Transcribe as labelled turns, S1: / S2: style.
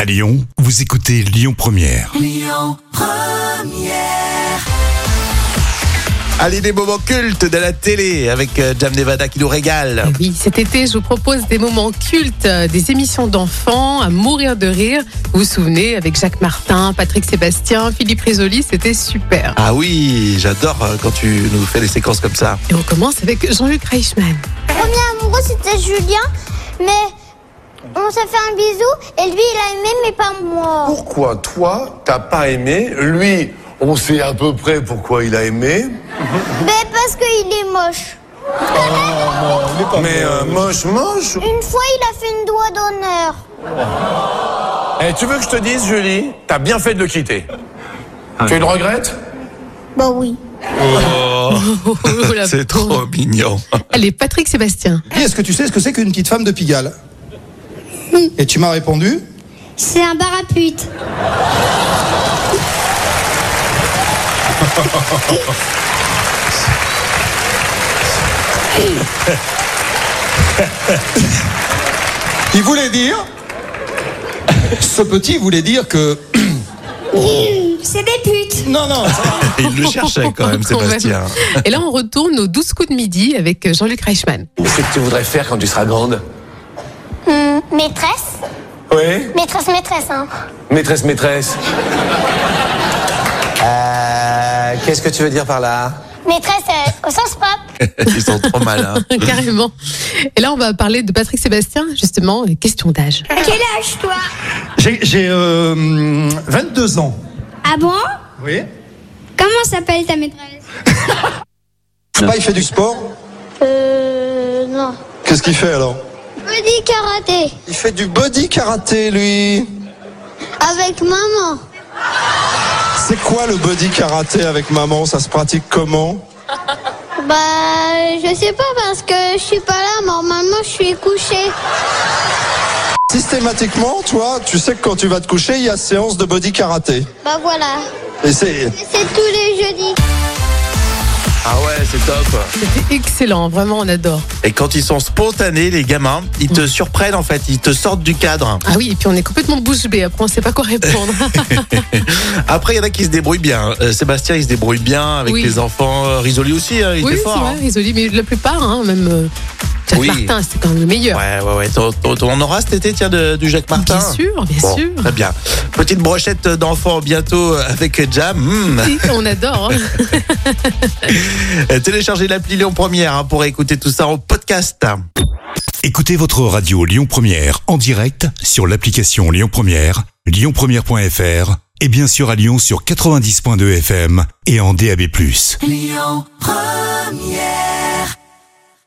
S1: À Lyon, vous écoutez Lyon Première.
S2: Allez, des moments cultes de la télé avec euh, Jam Nevada qui nous régale.
S3: Eh Oui, cet été, je vous propose des moments cultes, euh, des émissions d'enfants à mourir de rire. Vous vous souvenez, avec Jacques Martin, Patrick Sébastien, Philippe Risoli, c'était super.
S2: Ah oui, j'adore euh, quand tu nous fais des séquences comme ça.
S3: Et on commence avec Jean-Luc Reichmann.
S4: amoureux, c'était Julien, mais on s'est fait un bisou et lui, il a aimé, mais pas moi.
S5: Pourquoi toi, t'as pas aimé Lui, on sait à peu près pourquoi il a aimé.
S4: Mais Ben, parce qu'il est moche.
S5: Mais euh, moche, moche.
S4: Une fois, il a fait une doigt d'honneur.
S5: Eh, tu veux que je te dise, Julie, t'as bien fait de le quitter.
S2: Ah.
S5: Tu le regrettes
S4: Bah oui.
S3: Oh, la
S2: C'est trop mignon.
S3: Allez, Patrick Sébastien.
S6: Dis, Est-ce que tu sais ce que c'est qu'une petite femme de Pigalle
S4: Hmm.
S6: Et tu m'as répondu
S4: C'est un barapute.
S6: Il voulait dire. Ce petit voulait dire que.
S4: C'est des putes.
S6: Non, non, ça va.
S2: Et il le cherchait quand même, Sébastien.
S3: Et là, on retourne aux 12 coups de midi avec euh, Jean-Luc Reichmann.
S5: Qu'est-ce que tu voudrais faire quand tu seras grande
S4: Hmm, maîtresse
S5: Oui.
S4: Maîtresse, maîtresse, hein.
S5: Maîtresse, maîtresse.
S2: Euh, Qu'est-ce que tu veux dire par là
S4: Maîtresse euh, au sens propre.
S2: Ils sont trop malins.
S3: Carrément. Et là, on va parler de Patrick Sébastien, justement, et question d'âge.
S4: À quel âge, toi
S6: J'ai j'ai, euh, 22 ans.
S4: Ah bon
S6: Oui.
S4: Comment s'appelle ta maîtresse
S6: Pas, il fait du sport
S4: Euh, non.
S6: Qu'est-ce qu'il fait alors
S4: Body karaté.
S6: Il fait du body karaté, lui.
S4: Avec maman.
S6: C'est quoi le body karaté avec maman Ça se pratique comment
S4: Bah, je sais pas parce que je suis pas là. Normalement, je suis couchée.
S6: Systématiquement, toi, tu sais que quand tu vas te coucher, il y a séance de body karaté.
S4: Bah voilà.
S6: Et c'est.
S4: C'est tous les jeudis.
S2: Ah ouais, c'est top.
S3: C'était excellent, vraiment, on adore.
S2: Et quand ils sont spontanés, les gamins, ils te surprennent en fait, ils te sortent du cadre.
S3: Ah oui, et puis on est complètement bouche bée, après, on sait pas quoi répondre.
S2: Après, il y en a qui se débrouillent bien. Euh, Sébastien, il se débrouille bien avec
S3: Oui.
S2: les enfants. Euh, Risoli aussi, hein, il
S3: oui,
S2: était
S3: c'est
S2: fort. hein.
S3: vrai, Risoli, mais la plupart, hein, même euh, Jacques
S2: Oui.
S3: Martin, c'était quand même le meilleur.
S2: Ouais, ouais, ouais. T'en- t'en- t'en- On aura cet été, tiens, de- du Jacques Martin.
S3: Bien sûr, bien
S2: Bon,
S3: sûr.
S2: Très bien. Petite brochette d'enfants bientôt euh, avec Jam. Hmm.
S3: Si, on adore. hein.
S2: Euh, Téléchargez l'appli Lyon Première hein, pour écouter tout ça en podcast.
S1: Écoutez votre radio Lyon Première en direct sur l'application Lyon Première, lyonpremière.fr et bien sûr à Lyon sur 90.2 FM et en DAB+.